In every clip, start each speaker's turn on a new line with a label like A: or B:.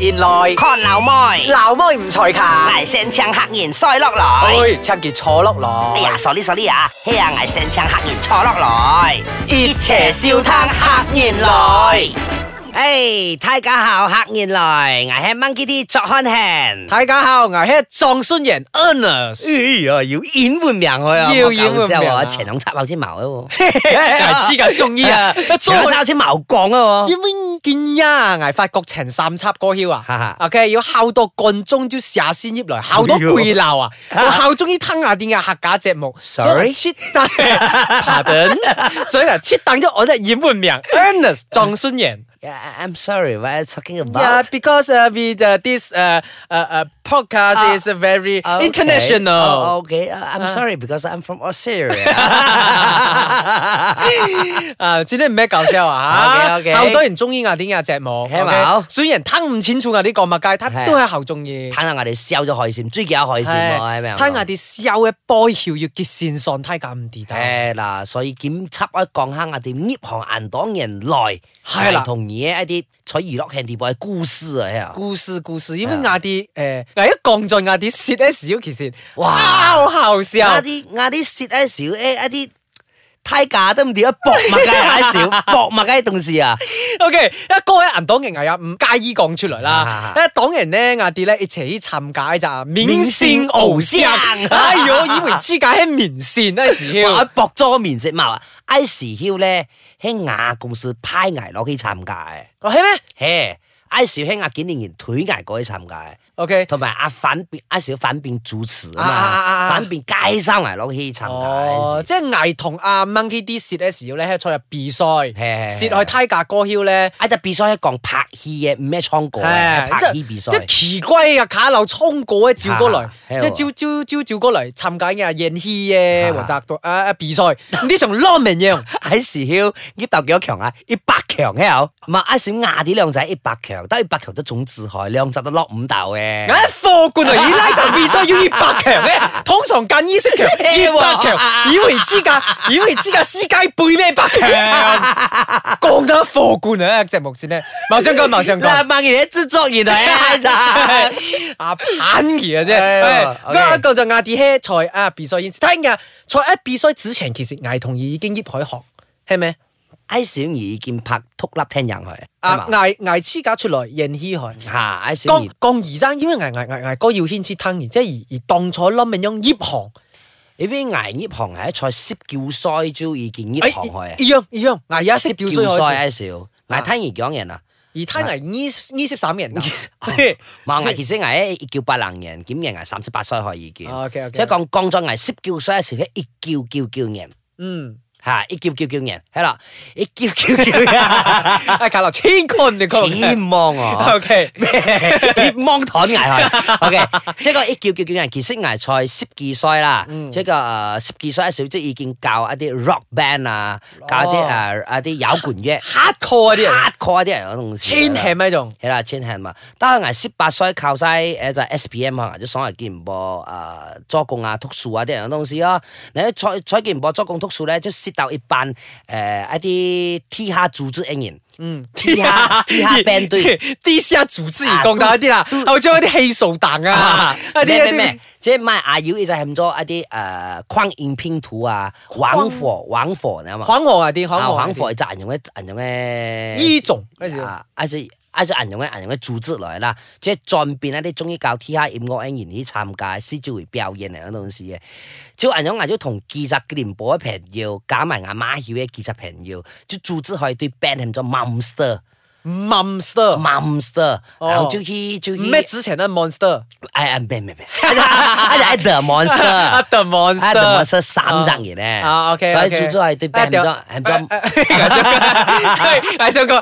A: 原來
B: 看老妹，
A: 鬧妹唔才勤，
B: 捱聲唱客言衰落來。
A: 哎，趁件坐碌
B: 哎
A: 來
B: 呀，，傻啲傻啲啊！嘿呀，捱聲唱客言錯落來，
A: 熱邪笑嘆客言來。
B: 哎，太假校客言來，捱吃 monkey 啲作看行。
A: 大家好，我係撞孫人 Ernest，
B: 哎呀，要演換名佢啊！
A: 要演換名啊
B: 好搞笑啊！前兩插爆支矛啊 喎！
A: 係黐緊中醫 啊，
B: 前兩插爆支矛鋼啊喎！
A: 因為見呀，捱法國情三插歌謠啊！
B: 哈哈，
A: OK，要孝到干中招下先入來，孝到攰鬧啊！我孝中意吞下啲嘅客家節目
B: Sorry？
A: 切凳 ，pardon，所以啊，切凳咗我哋演換名 Ernest 撞孫人。
B: Yeah, I'm sorry, what are you talking
A: Yeah,
B: about?
A: because uh, we uh, this uh, uh, uh, podcast
B: Ah,
A: is very
B: Okay.
A: international.
B: Oh, okay, Uh, I'm sorry because I'm from Australia.
A: 啊，真係唔咩搞笑 啊！
B: OK，OK
A: 好多人中意雅典亞隻舞，
B: 係嘛
A: OK？雖然吞唔啊錢做雅啲國物界，他都係後中意。
B: 睇下我哋燒咗海鮮，最記得海鮮喎，係咪啊？
A: 睇雅啲笑嘅波曉要結善信，睇咁唔啊地道。
B: 誒嗱，所以檢測一降坑我哋呢行銀黨人來
A: 係啦
B: 係同而家一啲取娛樂向地步嘅故事啊，係啊
A: 故事故事，因為雅啲誒，嗱一降在雅啲蝕一少其實，
B: 哇
A: 好好笑
B: 我。啲我啲蝕一少誒一啲。太假都唔掂啊！薄物嘅係少，薄物嘅同事啊，
A: OK，一歌喺銀黨嘅藝啊，唔介意講出嚟啦
B: 啊。
A: 一黨人咧，亞啲咧，一齊參加咋面
B: 面
A: 線
B: 線
A: 熬
B: 熬
A: 聲
B: 聲，
A: 哎呦，以為黐解喺面線咧時
B: 哇！我
A: 候，
B: 薄咗個面食嘛，I 時曉咧喺雅公司派藝攞去參加嘅。
A: 哦係咩
B: 嘿，阿小兄阿幾年前腿挨過去參加，
A: ？OK，
B: 同埋阿反變阿小反變主持啊
A: 啊啊啊啊
B: 嘛，反變街生挨攞去參
A: 哦，
B: 加。
A: 即係藝同阿 Monkey D 蝕咧時候咧，喺賽入比賽，
B: 係
A: 蝕去梯架歌曉咧。
B: 哎喺特比賽一講拍戲嘅，唔咩唱歌嘅，啊拍戲比賽。
A: 即奇怪啊！卡流衝過一照過 來，
B: 嚇
A: 即係照照照照過來參加嘅演戲嘅，或者啊啊比賽，呢場 long 名樣。
B: 喺時曉呢鬥幾多強啊？一百強嘅有，唔係阿小亞啲兩仔一百強，得一百強都總自害，兩集都落五鬥嘅。
A: 啊！貨冠啊，以拉就必須要二百強咧， 通常間衣識強，二百強，以為資格，以為資格私家背咩百 強？講得貨冠啊，隻目先咧，馬上講，馬上
B: 嗱，
A: 講。
B: 萬年製作 員嚟啊！真係
A: 阿潘兒啊啫，
B: 哎
A: 哎
B: 呀
A: 嗰
B: OK
A: 一個就亞迪靴賽啊比賽演示，睇下賽啊比賽之前其實艾同已經醃海航，係咪？
B: 阿哎小兒見拍秃粒聽人去，
A: 啊嗯
B: 啊
A: 艾艾黐架出來認稀海。
B: 嚇！阿小
A: 降
B: 兒。
A: 降二生，因為艾艾艾艾哥要牽涉吞，然之後而而當賽冧命樣醃航。
B: 你啲捱業行係一菜涉叫衰招已見
A: 哎
B: 業行去啊，
A: 一樣一樣，捱一識叫衰
B: 叫
A: 開始，
B: 衰少，捱聽而講人啊，
A: 而他捱呢呢十三人啊。
B: 嘛捱其實捱一叫八能人，檢人捱三十八衰害意見，
A: 啊，OK，OK
B: 即係講講咗捱涉叫衰少咧，一叫叫叫人。
A: 嗯，
B: 吓！一叫叫叫人，係啦，一叫叫 叫人，
A: 啊，搞到千棍你講
B: 千望我，
A: ，OK，
B: 一望台捱去，OK，即係個一叫叫叫人，其實捱菜涉叫衰啦，即係個誒涉叫衰少，即係已經教一啲 à, rock band à, 啊，教一
A: 哦
B: 啲誒一啲搖滾樂。
A: 黑core 嗰啲人，
B: hard core 啲人嗰種
A: 千係咪仲？
B: 係啦，千係嘛。但係挨十八歲靠晒誒就 SPM 啊，或者所謂見唔播誒作共啊、篤數啊啲人嘅東西咯。你一採採見唔播作共篤數咧，就涉到一班誒一啲 T 下組織人員，嗯，T 下 T 下 band 隊。啊
A: 地下組織而降到一啲啦，後將一啲氣數彈
B: À,
A: 啊，一
B: 咩
A: 啲
B: 咩咩，即係賣阿妖，就係咁多一啲誒框影拼圖啊、玩火玩火啊嘛，
A: 黃河啊啲
B: 啊
A: 黃河
B: 玩火就人用嘅人用嘅
A: 依種嗰時，
B: 啊，一隻一隻銀用嘅銀用嘅組織來啦，即係轉變一啲中醫教 T R 五個 N 然啲參加先至會表演嚟啊嗰種事嘅。就銀用銀就同記者連播一朋友，加埋阿媽曉嘅記者朋友，就組織可以對 band 咁做 monster 啊
A: monster，
B: monster，
A: 哦
B: 然後就去就去
A: 咩之前的 monster，
B: 哎哎，唔係唔係唔係，一隻 the monster。
A: the
B: 啊，同我
A: monster，
B: 識三隻嘢咧，
A: 啊，OK，
B: 哎
A: 呃
B: 所以
A: OK 哎
B: 最終係對 band 咁多，咁多，
A: 係想講，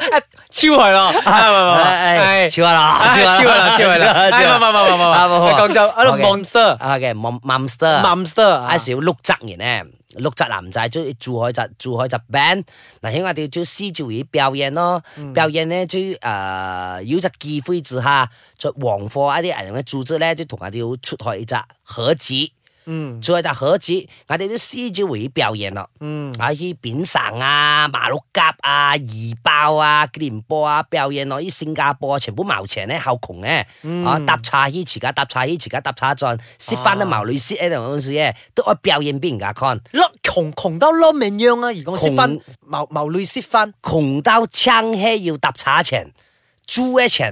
A: 超係咯，
B: 哎，
A: 係
B: 超啦，
A: 超啦，超啦，哎超啦，超啦，唔唔唔唔唔，廣州喺度啊 monster
B: 啊 OK mon- monster。啊
A: monster，
B: 少六隻人咧，六隻男仔就做開隻做開隻 band，嗱，兄我哋做獅照演表演咯，
A: 嗯
B: 表演咧就誒要呃隻機啊會之下，就黃貨一啲人嘅組織咧，就同我哋要出去一隻合集。
A: 嗯
B: 除了就盒子，我哋啲獅子會表演咯。
A: 嗯
B: 啊！啲扁鰭啊、馬六甲啊、二爆啊、吉連波啊、表演咯，啲新加坡啊全部茅場咧後窮嘅，啊搭茶依時間搭茶依時間搭茶陣，蝕翻啲茅女哎蝕喺度嗰陣時咧，都愛表演俾人家看，
A: 甩窮窮到甩命樣啊！而講蝕翻
B: 窮
A: 毛毛女蝕翻，
B: 窮到撐起要搭茶場，租一場，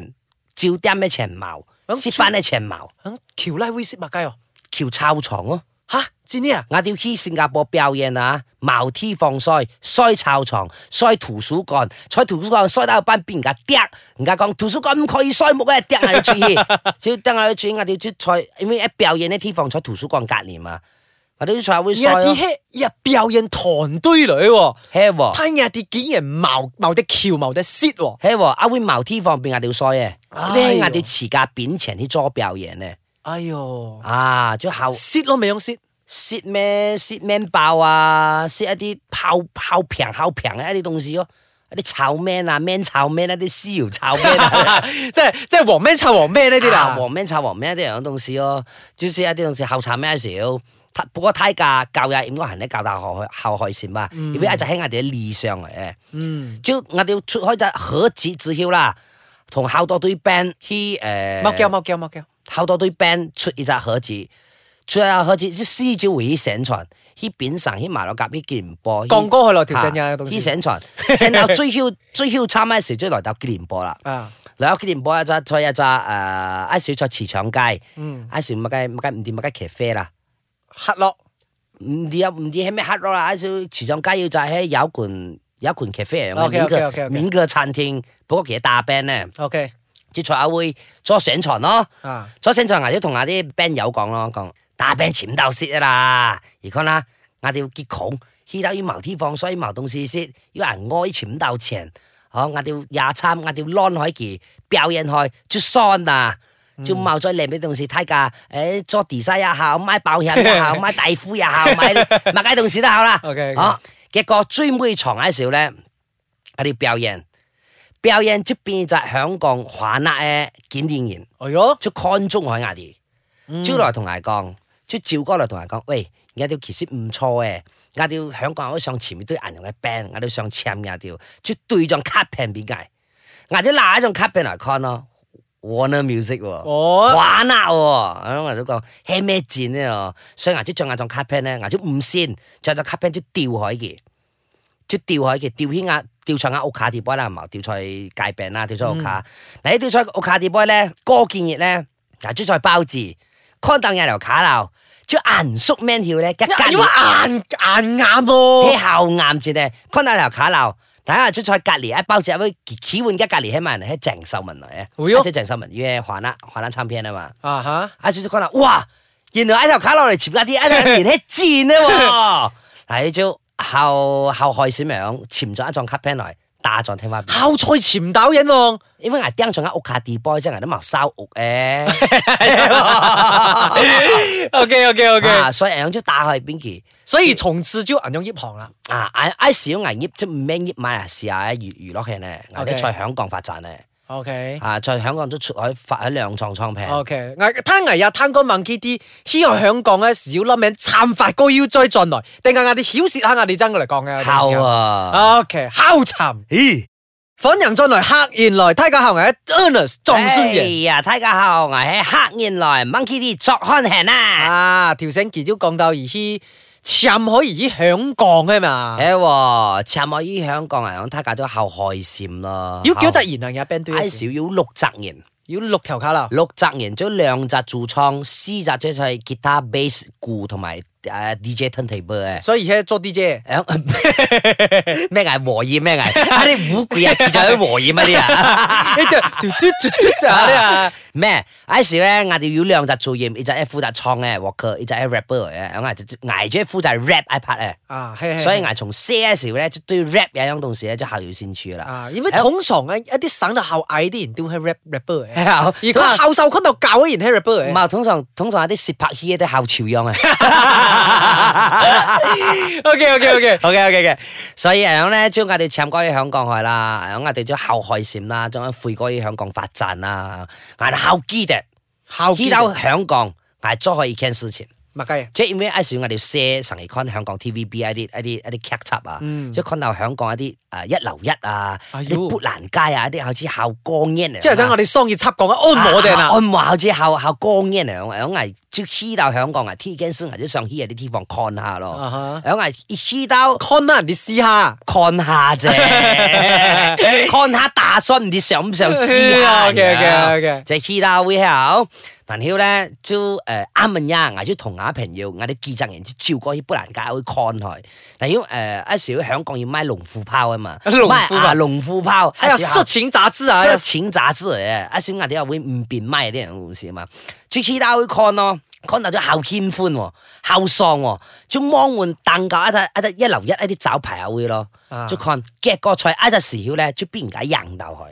B: 照掂一場茅，蝕翻一場茅，
A: 響橋嗯拉威蝕物雞哦！
B: 叫抄床咯。
A: 吓，知呢啊？
B: 我哋去新加坡表演啊，茅梯放衰，衰抄床，衰圖書館，衰圖書館衰到一班俾人家掟，人家講圖書館唔可以衰木嘅，掟我哋出去， 只要掟我哋出去，我哋出賽，因為一表演呢，梯放在圖書館隔離嘛，我哋啲賽會
A: 日
B: 衰咯
A: 啲，嘿，日表演團隊嚟喎，
B: 嘿喎，
A: 睇日啲竟然毛毛的橋毛的蝕喎，
B: 嘿喎，阿會茅梯放俾我哋衰嘅，
A: 哎
B: 咩
A: 呦
B: 我哋持架扁前啲做表演呢？
A: 哎呦，
B: 啊，最後。
A: 蝕咯未樣蝕，
B: shit 咩 shit man 爆啊，shit 一啲炮炮平炮平嘅一啲東西咯，一啲炒 man 啊，man 炒 man 啊一啲燒炒 man 啊。
A: 即係即係黃咩臭黃咩呢啲
B: 啊
A: 啦，
B: 黃 man 炒黃 man 一啲樣東西咯，就是一啲東西後炒 man 少。他不過睇價教也應該行咧教大學後海線嘛，因為一直喺我哋嘅理想嚟嘅。
A: 嗯，
B: 就我哋出開隻盒子之後啦，同後多隊 band 去呃誒。
A: 冇叫冇叫冇叫，
B: 好多堆 band 出一隻盒子，出一隻盒子，啲獅子會上傳，去扁上去麻六甲去吉連波，啊去
A: 降歌去落條啊正嘅東
B: 去
A: 西
B: 上傳，上到最後最後參嘅時就來到吉連波啦，
A: 啊，
B: 來到吉連波一隻再一呃隻誒，一小在慈祥街，
A: 嗯，
B: 一小乜街乜街唔掂乜街 cafe 啦。
A: 黑落
B: 唔知啊，唔知喺咩黑咯啦，喺小池上街要就喺有館有館 cafe 咁
A: OK，OK，OK，OK
B: 嘅免嘅免嘅餐廳，不過其實打 band 咧，
A: ，OK
B: 即賽下會再上床咯。
A: 啊，
B: 所以正常我都同我啲 band 友講咯，講打 band 潛鬥蝕啦，而家啦，我哋要結窮，去到要謀天放水謀東事蝕，要人愛潛鬥錢，哦，我哋要廿三，我哋要攞海記表演開，出山啊！就冇再靚俾東西睇噶，誒做 design 也好，買保險也好，買大夫也好， 買買啲東西都好啦。
A: OK，OK
B: 哦，結果最尾場嗰時候咧，我哋表演，表演即變就係香港華納嘅經典人。
A: 哎呦，
B: 就看中我喺牙啲，招來同牙講，即係趙哥來同牙講，喂，而家條其實唔錯嘅，而家條香港人上前面都有銀行嘅 band，我哋上簽牙條，即係對張卡片俾佢，牙條拿一張卡片嚟看咯，Warner Music 喎。
A: 我
B: 玩啊！咁我都講係咩戰呢？所以牙珠將牙張卡片咧，牙珠唔先，將張卡片就掉海嘅，就掉海嘅，掉起牙掉上牙屋卡啲波啦，唔係掉在界病啦，掉在屋卡。嗱，掉在屋卡啲波咧，過建熱咧，牙珠在包治，康凳入條卡鬧，將銀縮 man 跳咧，一間
A: 因為硬硬眼喎
B: 喺。後岩住咧，康凳入條卡鬧。睇下出在隔離一包治，一位企換一隔離喺埋喺鄭秀文嚟
A: 哎
B: 嘅，
A: 呦
B: 即鄭秀文嘅華納華納唱片啊嘛。
A: 啊哈！
B: 阿小姐講啦，哇，原來一頭卡落嚟潛家啲，一頭連喺箭 咧喎。嗱，你招後後海閃樣潛咗一張卡片來，打咗天花板。
A: 泡菜潛豆 影喎，
B: 因為我釘咗間屋卡地波，即係人都冇收屋嘅。
A: OK OK
B: 啊，所以人就打開邊期。
A: 所以從此就銀融業行啦。
B: 啊！嗌嗌少危業，即唔咩業馬來西亞娛娛樂圈咧，我
A: OK
B: 哋在香港發展咧，
A: OK
B: 啊，在香港都出海發喺兩創創平，
A: OK，危攤危啊，攤乾猛啲啲，喺我香港咧，小粒名參發高腰追進來，定係我哋曉舌下我哋爭過嚟講嘅。
B: 靠
A: Ờ,
B: 啊！
A: ！OK，敲沉，
B: 咦？
A: 反人進來客言來，睇下後危 earnest 撞酸
B: 哎
A: 嘢。
B: 呀，睇下後捱喺黑燕來，monkey 啲作看行啊！
A: 啊，條繩結咗降到而喺，潛可以喺香港嘅嘛。
B: 诶，尋日依香港人講睇架都後海線咯，
A: 要幾多隻言能嘅 band 隊？
B: 至少要六隻人，
A: 要六條卡啦。
B: 六隻人咗兩隻主唱，四隻即係吉他、bass、鼓同埋诶 DJ turntable 嘅。
A: 所以而家做 DJ。
B: 誒 咩嗌和弦咩嗌？啊啲烏鬼啊，叫咗和弦啊啲啊！
A: 呢只嘟嘟嘟嘟啊呢啊，
B: 咩？嗰時咧，我哋要兩隻做嘢，一隻係負責唱嘅 worker，一隻係 rapper 嘅，咁我就捱咗負責 rap iPad 嘅。
A: 啊係係
B: 所以捱從 C S 咧，就對 rap 有一樣東西咧，就後要先處啦。
A: 啊，因為通常咧一啲省到後矮啲人都係 rap rapper 嘅，
B: 啊而
A: 而 佢後瘦嗰度教嘅人係 rapper 嘅。
B: 唔係，通常通常有啲攝拍戲都後朝 樣啊。
A: O K O K O K，
B: OK OK 嘅，所以咁咧，將我哋唱歌去香港去啦，咁我哋將後海線啦，將悔歌去香港發展啦，我哋後基嘅，
A: 後
B: 基
A: 記
B: 到
A: 到
B: 香港，我哋做可以件事情。
A: 麥雞啊，
B: 即係因為有時我哋 share 神奇 con 香港 TVB 一啲一啲一啲 catch up 啊，
A: 嗯
B: 即係 con 到香港一啲誒一樓一啊，
A: 哎呦
B: 啲砵蘭街啊，一啲好似校江煙嚟，
A: 即係等我哋桑葉插講啊，安我哋
B: 啊
A: 啦，
B: 按摩好似校校江煙嚟，響係即係到香港啊，T 間先或者上 T 啊啲地方 con 下咯，
A: 啊
B: 響係 T 到
A: 哈，con 人哋試下。
B: con 下啫，con 下打信唔知上唔
A: 哎
B: 上試下
A: OK，OK，OK
B: 就 T 到會好。但係咧，就誒啱問呀，我就同我朋友，我哋記者人照過去砵蘭街去 con 佢。但因為誒一時喺香港要買龍虎豹啊嘛，
A: 龍虎豹
B: 買啊龍虎豹，
A: 哎呀，
B: 一時
A: 色情雜誌啊，
B: 色情雜誌嚟嘅，啊阿小牙點解會唔變賣啲人嘅故事啊嘛？最期待會看咯，看到咗後天歡喎，後喪喎，仲哦望換蛋教一隻啊一隻一流一一啲找牌友會咯
A: 啊，
B: 就看夾個菜一隻時曉咧，就邊解贏到佢。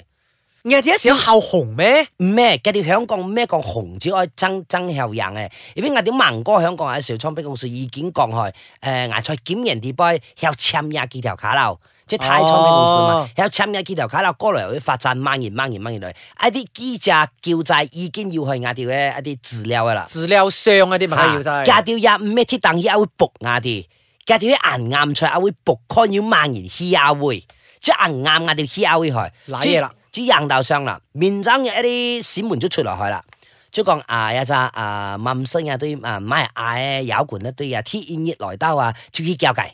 A: 你係點解想校紅咩？
B: 咩？佢哋香港咩講紅只可以爭爭後人嘅，因為我哋盲哥香港喺小倉碧公司意見降去，誒、呃，牙菜檢人哋杯有簽廿幾條卡樓，即係太倉碧公司嘛
A: 哦，
B: 有簽廿幾條卡樓，過嚟又會發展蔓延蔓延蔓延落去，一啲記者叫晒已經要去我哋嘅一啲資料噶啦，
A: 資料箱嗰啊啲咪要真
B: 啊加
A: 係。
B: 掉廿五咩鐵凳嘢會僕我哋，加掉啲銀岩菜會僕 con 要蔓延起啊會，即係銀岩我哋起啊會去。
A: 瀨嘢啦，
B: 主人頭上啦，面爭有一啲閃門都出落去啦。即係講啊，有隻啊，民生啊，對啊，買啊，唉有管一堆啊，天熱來到啊，注意 交計，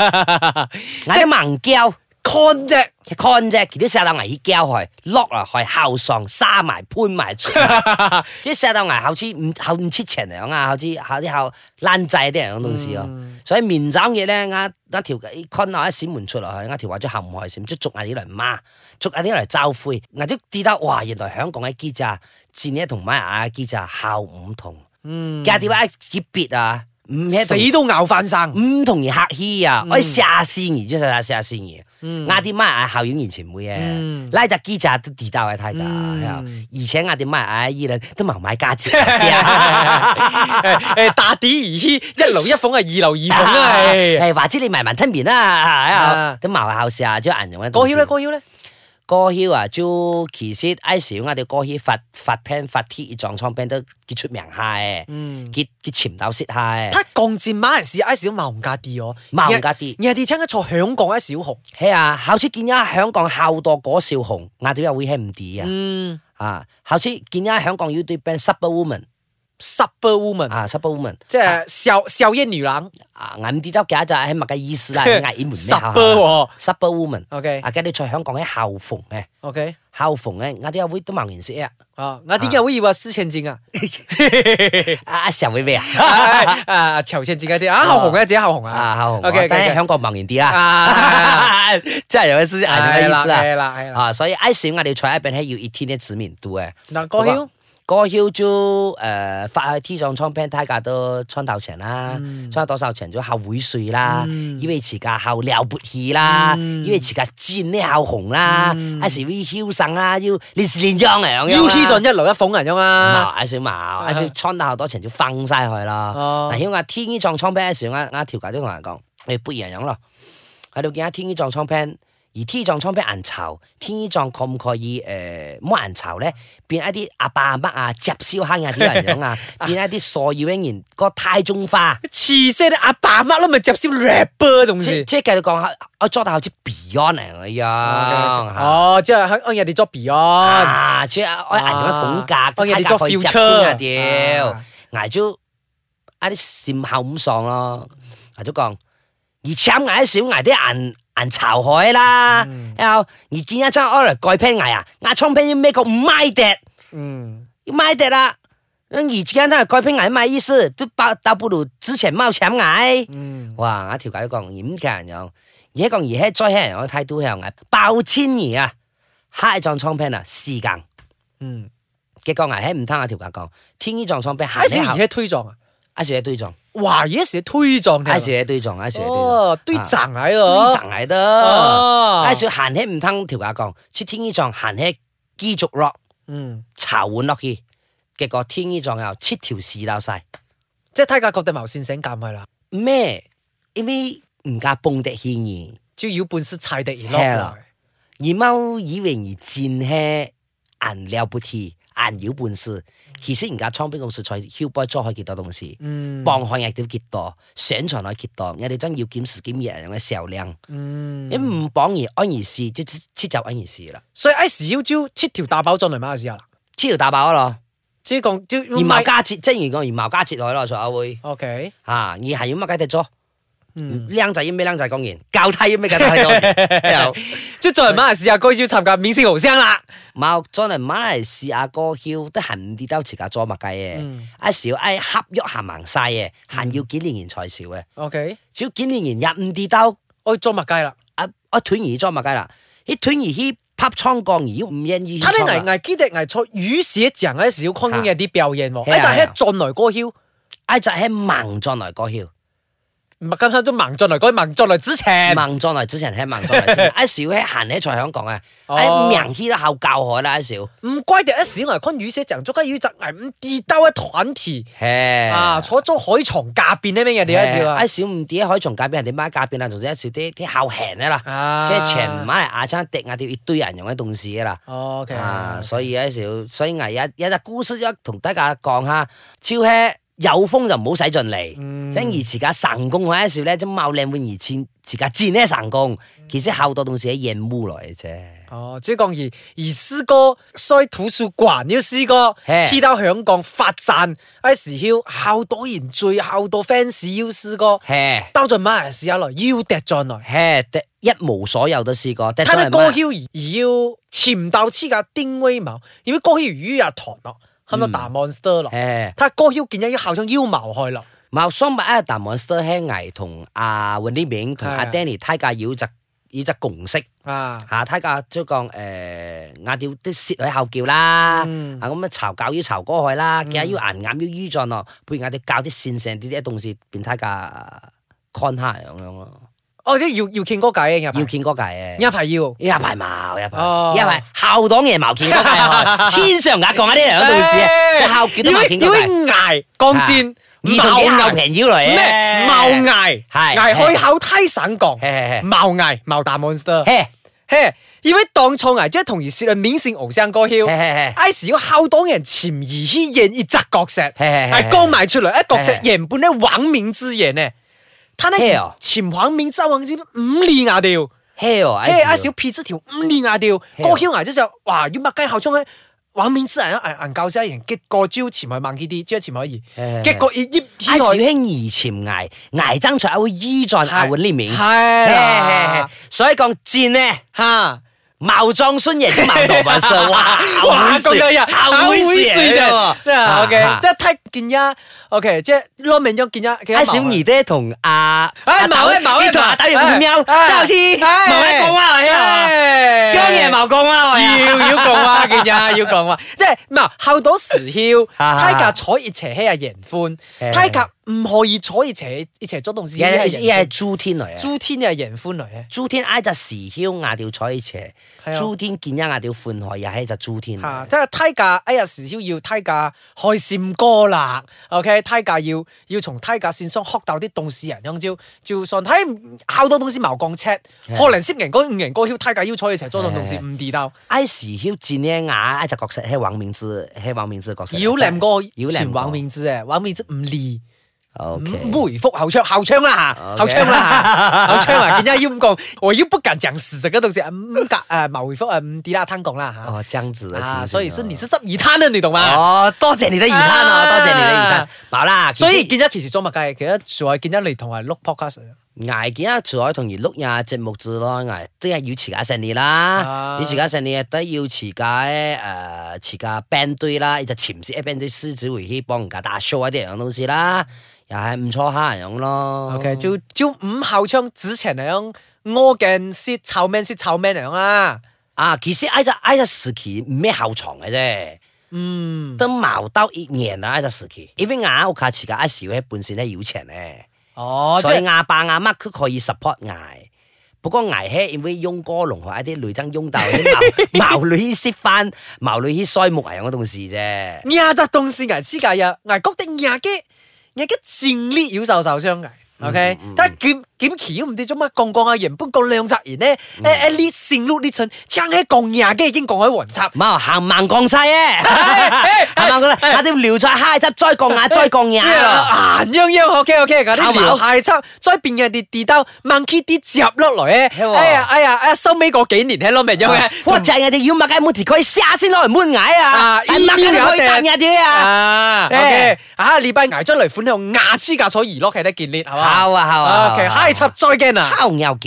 B: 我啲盲交
A: con 啫，
B: con 啫，佢啲石頭危險交去，落落去後上沙埋搬埋出，即係石頭危好似唔好唔切情樣啊，好似好啲後爛仔啲樣東西咯。所以面爭嘢咧，我我條 con 啊，一閃門出落去，我條話咗後唔開閃，即係逐下啲嚟孖。逐下啲嚟招灰，嗱即知道哇！原來香港嘅機咋，戰呢同馬來亞嘅機咋效唔同，
A: 嗯，
B: 加啲話結別啊，唔係同
A: 死都咬翻 生。
B: 唔同而客氣啊，我試下先而啫，試下先而。
A: 嗯
B: 亞啲馬來亞校園年前會
A: 嗯
B: 嘅，拉扎機咋都知道嘅睇㗎，
A: 嗯
B: 係啊而且亞啲馬來亞依輪都冇買價 錢
A: 誒哎打啲而欺，一樓一鳳啊，二樓二 鳳啊，係
B: 係話知你埋埋吞面啦，係
A: 啊
B: 啊，都冇校試下，即係銀用嘅。
A: 過曉咧，過曉咧，
B: 歌謠啊，就其實有時我哋歌謠發發 pen 發 T 撞倉 pen 都幾出名下嘅，
A: 嗯，
B: 佢佢潛到識下嘅，
A: 他共戰馬來西亞少冇價啲哦，
B: 冇價啲
A: 你係啲聽得錯香港一小紅，
B: 係啊，好似見一香港孝道嗰少紅，我哋又會係唔啲啊，
A: 嗯
B: 啊，好似見一香港 YouTube band Superwoman
A: ，Superwoman，
B: 啊，Superwoman，
A: 即係少少一女郎
B: 啊，我唔知得嘅就係乜嘅意思啦，危險門咩
A: Super 喎
B: ，Superwoman，
A: 啊，OK
B: 啊，跟住在香港喺校服嘅，
A: OK，
B: 校服嘅，我哋又會都冇認識啊，
A: 啊，我點解會以為四千 斤啊？
B: 啊，成會咩 啊？
A: 啊啊！朝鮮自己啲啊，後紅嘅自己後紅啊，
B: 啊，好好
A: OK，OK，OK
B: 但係香港盲然啲
A: 啊
B: 啦， 真係有啲思係咁嘅意思
A: 係
B: 啊。
A: 啦係啦。
B: 啊，所以 I 小我哋坐喺邊係要熱天嘅知名度嘅。
A: 嗱，過曉
B: 個曉就誒發去 T 上窗邊，睇下都窗頭前啦，窗頭手前咗後會水啦，以為自家後撩撥氣啦，以為自家尖呢後紅啦，啊一時會曉生啦，要連時連樣嚟樣樣
A: 要
B: 啦
A: T 盡一流一鳳人啫嘛，
B: 冇，一小冇，一小倉到好多錢就分晒佢啦。
A: 哦
B: 嗱，因為天衣撞倉 pen 嘅時候，我我調解都同人講，你不如人樣咯。喺度見下天衣撞倉 pen，而天衣撞倉 pen 銀籌，天衣撞可唔可以誒冇銀籌咧？變一啲阿爸阿媽啊，接燒坑啊啲人樣啊，變一啲傻妖英然個太中花。
A: 似些啲阿爸乜都咪接少 rapper 同
B: 即
A: 事。
B: 即係繼續講下，我做到好似 Beyond 嚟嘅樣嚇。
A: 哦，即係喺人哋做 Beyond，
B: 啊，即係我人嘅風格，
A: 啊
B: 即係睇佢入先啊屌
A: 啊，
B: 挨咗一啲善後五喪咯，挨咗講，而慘挨少挨啲銀銀巢海啦，然後而見一張 order 蓋片挨啊，壓倉片要孭個五米笛，
A: 嗯，
B: 要米笛啦，而家都係蓋片挨咩意思，都不倒不如之前冇慘挨。
A: 嗯，
B: 哇！我條解講演嘅人樣，而家講而家災喺人我態度向嘅爆千兒啊，黑撞倉片啊，時間。
A: 嗯，
B: 嘅個危喺唔聽我條架講，天衣撞倉俾行
A: 阿
B: 一
A: 小
B: 下
A: 而，家推撞啊，
B: 阿樹嘢堆撞，啊
A: 哇，而家時推撞
B: 阿
A: 聽
B: 樹，嘢堆撞，阿樹嘢堆撞，
A: 哦，堆
B: 啊
A: 撞喺
B: 堆
A: 度，
B: 撞嚟得，
A: 哦
B: 阿樹行起唔聽條架講，出天衣撞行起繼續落
A: 嗯，
B: 茶碗落去，結果天衣撞又切條屎漏晒，
A: 即係睇下各地無線醒減係啦，
B: 咩？因為唔加蹦迪獻兒，
A: 主要本身踩地而
B: 係啦
A: 落。
B: 而貓以為而戰氣，銀了不起，阿干扰办事。其实而家窗边公司在 h u b o 做開幾多東西，
A: 嗯
B: 幫行亦都幾多，上場內幾多，我哋將要檢視檢驗人嘅少量，
A: 嗯，
B: 你唔幫而安而事，即即即就安而事啦，
A: 所以 S 要招切條大飽進嚟馬來西亞啦，
B: 黐條大爆咯，
A: 即係講招
B: 而茅加節，即係如果而茅加節落咯，所以我會
A: O K，
B: 啊，而係要乜嘅咗，
A: 嗯，
B: 僆仔要咩僆仔講完，教梯要咩教梯講 完，又。
A: 即係作為馬來西亞該要參加免試豪聲啦。
B: 冇，真係馬來西亞歌謠都行唔啲兜自家做乜計嘅
A: 嗯，
B: 阿少哎合喐行行晒嘅，行要幾年然才少嘅，
A: O K，
B: 只要幾年然入唔啲兜，
A: 我要做麥雞啦。
B: 啊我斷而做乜計啦，啲斷而去拍倉降而要唔應於
A: 他的藝藝基地藝賽與是講嘅小空嘅啲表現喎，
B: 係啊
A: 一就係進來歌謠，
B: 哎就係盲進來歌謠，
A: 唔係咁香都盲進來歌，盲進來之前，
B: 盲進來之前係盲進來之 前，阿少喺行喺在香港啊，
A: 哦
B: 哎盲去得後教海啦阿少，
A: 唔怪得一小藝坤與是講，足家要就藝五地兜一團體
B: 嘿
A: 啊，坐咗海床架邊呢咩嘢哋一小
B: 哎少唔啲海從界邊人哋買界邊啦，仲有一少啲啲後行啦。
A: 啊，
B: 即係全馬嚟亞餐迪亞條一堆人用嘅東西啦。
A: O K，
B: 啊，所以有時候所以危有有隻故事一同大家講下，超吃有風就唔好使盡力。
A: 嗯
B: 即係而自家神功嗰一時咧，即冇靚換而戰，自家戰呢神功，其實好多東西係燕烏來嘅啫。
A: 哦，即係講而而詩歌衰圖書館要詩歌
B: 嘿，
A: 去到香港發展，一時要好多人追，好多 fans 要詩歌，
B: 嘿，
A: 兜進馬來西亞來，要跌進來。
B: 嘿，得一無所有都試過，但
A: 他的
B: 真係
A: 歌
B: 乜？
A: 謠而要潛到黐架丁威矛，因為歌謠於日堂咯，喺度打 monster 咯。
B: 嗯嘿，
A: 他歌謠見咗要效將妖矛去咯，
B: 茅桑物啊，大 monster 輕危同阿 w i n n i n 同阿
A: 係啊
B: Danny 睇架要隻要隻共識。
A: 啊，
B: 下睇下即係講誒，嗌掉啲舌喺後叫啦，
A: 嗯
B: 啊咁樣巢教要巢過去啦，嘅要銀眼要於盡咯，譬如嗌啲教啲線成啲啲東西變睇架看下咁樣咯，
A: 哦，即係要要見歌偈嘅，
B: 要見嗰屆嘅。
A: 一排要，
B: 一排矛，一排，
A: 哦
B: 一排後黨嘅矛見嗰 屆，千上眼講下啲人嗰度事啊，
A: 哎
B: 即係後叫都矛見
A: 因
B: 嗰啊
A: 為
B: 屆，
A: 因為挨降戰，
B: 兒童嘅後
A: 矛
B: 平妖嚟
A: 咩
B: 嘅，
A: 矛挨，
B: 係
A: 挨
B: 係
A: 開口梯省降，
B: 嘿嘿嘿
A: 矛挨矛打 monster，
B: 嘿
A: 嘿，因為當初挨即係同而涉入面線敖聲歌謠
B: 嘿。嘿
A: 有時要靠黨人潛移去演一隻角色，
B: 嘿嘿嘿
A: 係講埋出嚟，一角色
B: 嘿嘿
A: 原本咧玩面之言呢，他呢
B: 嘿哦
A: 潛玩面之玩之五連牙掉，
B: 嘿，嘿哦，
A: 嘿阿
B: 哎
A: 小撇之條五連牙掉，
B: 嘿
A: 歌
B: 哦
A: 曉牙咗就哇要麥雞後中喺玩面之人啊，銀教師人結果招潛去猛啲啲，即係潛去
B: 嘿嘿
A: 二，結果一一
B: 阿小兄而潛崖，崖爭在會依在阿會呢面。嘿嘿
A: 係
B: 嘿所以講戰呢，
A: 嚇。
B: 矛撞孫贏啲矛盾本身，哇，
A: 哇，
B: 好
A: 咁
B: 猥
A: 樣
B: 褻
A: 呀，
B: 好
A: 好
B: 猥褻
A: 嘅，即係 OK，即
B: 係
A: 係睇見一 OK，即係攞命咗見一，見一
B: 阿小
A: 毛啊
B: 兒爹同阿
A: 哎，
B: 阿
A: 冇咧，
B: 豆
A: 冇咧，
B: 呢同阿豆又會喵，
A: 喵，
B: 都好似冇咧講啊，係啊，
A: 啊
B: 姜爺冇講啊，係啊
A: 要要講啊， 見呀，要講啊，即係嗱，後到時曉，
B: 啊
A: 睇架坐熱邪氣啊，人歡，
B: 誒
A: 睇架唔可以坐熱邪，熱邪做動事，
B: 一係一係
A: 人
B: 朱天來啊。
A: 朱天嘅人歡嚟嘅，
B: 朱天挨隻時曉壓掉彩邪
A: 係啊，
B: 朱天見一壓掉歡海，又係隻朱天來。
A: 嚇，即係睇架哎呀時曉要睇架開線歌啦，OK，睇架要要從睇架線上學到啲動事人樣招招哎信，睇後到動事矛降尺，可能先人嗰五人歌曉睇架要坐熱邪做動動事唔地道。
B: I 時曉戰呢牙，一隻角色係黃面之，係黃面之角色。
A: 妖靚哥，
B: 妖靚
A: 前
B: 哥
A: 玩面子嘅，玩面子唔利，
B: O
A: 唔
B: K，
A: 唔回覆後窗，後窗啦嚇，
B: OK
A: 後窗 啦嚇，後窗啦，見家要咁講，我要不敢講事實嗰度時，嗯唔敢誒冇回覆誒唔啲啦，攤講啦
B: 哦，這樣子
A: 嚇，
B: 的情
A: 啊，
B: 形
A: 所以是你是執二攤啊，你懂嗎？
B: 哦，多謝你的魚攤哦，
A: 啊
B: 多謝你的魚攤。冇啦，其實
A: 所以見一其實做物計，其實仲係見一嚟同埋錄 podcast 嘅。
B: 捱幾啊，除咗同而碌呀節目字咯，捱呃都係要持假成年啦
A: 啊，
B: 要持假成年都要持假誒持假 band 隊啦，就潛水 band 隊獅子回去幫人家打 show 一啲樣東西啦，又係唔錯下樣咯。
A: OK，照照五後窗之前嚟講，我嘅先臭 man 先臭 man 嚟講啦。
B: 啊，其實挨只挨只時期唔咩後床嘅啫。
A: 嗯，
B: 都矛刀一年啊！一個時期，因為牙屋卡自家一啊時喺半線咧要錢咧，
A: 哦，即
B: 所以
A: 係
B: 牙爸牙媽佢可以 support 牙。不過牙係因為用歌龍和一啲雷爭用到啲矛矛女識翻矛女啲衰木係嗰東西啫。
A: 廿隻動事危之計啊，危覺得廿嘅廿嘅戰力要受受傷嘅。 OK，但檢檢橋唔知做乜降降下原本降兩集然咧，誒誒呢線碌呢層，爭喺降廿幾已經降喺雲插。
B: 冇行慢降晒啊，行慢降啦，下啲聊再下一集再降下再降下咯。
A: 閒泱泱 OK OK 嗰啲
B: 啱唔啱
A: 聊下輯，再變人哋跌到 monkey 啲接落嚟咧，
B: 係喎
A: 哎呀哎呀哎呀，收尾嗰幾年喺攞命 嘅，
B: 或者人哋要擘嘅每條佢下先攞嚟滿矮啊，
A: 啊
B: 擘嘅佢彈嘅啲啊。
A: 啊
B: 誒
A: ，OK，下禮拜捱出嚟款用牙齒架所而落係得見裂係嘛？
B: 好啊好啊好啊
A: OK，下一輯再見啊！
B: 烤牛叫。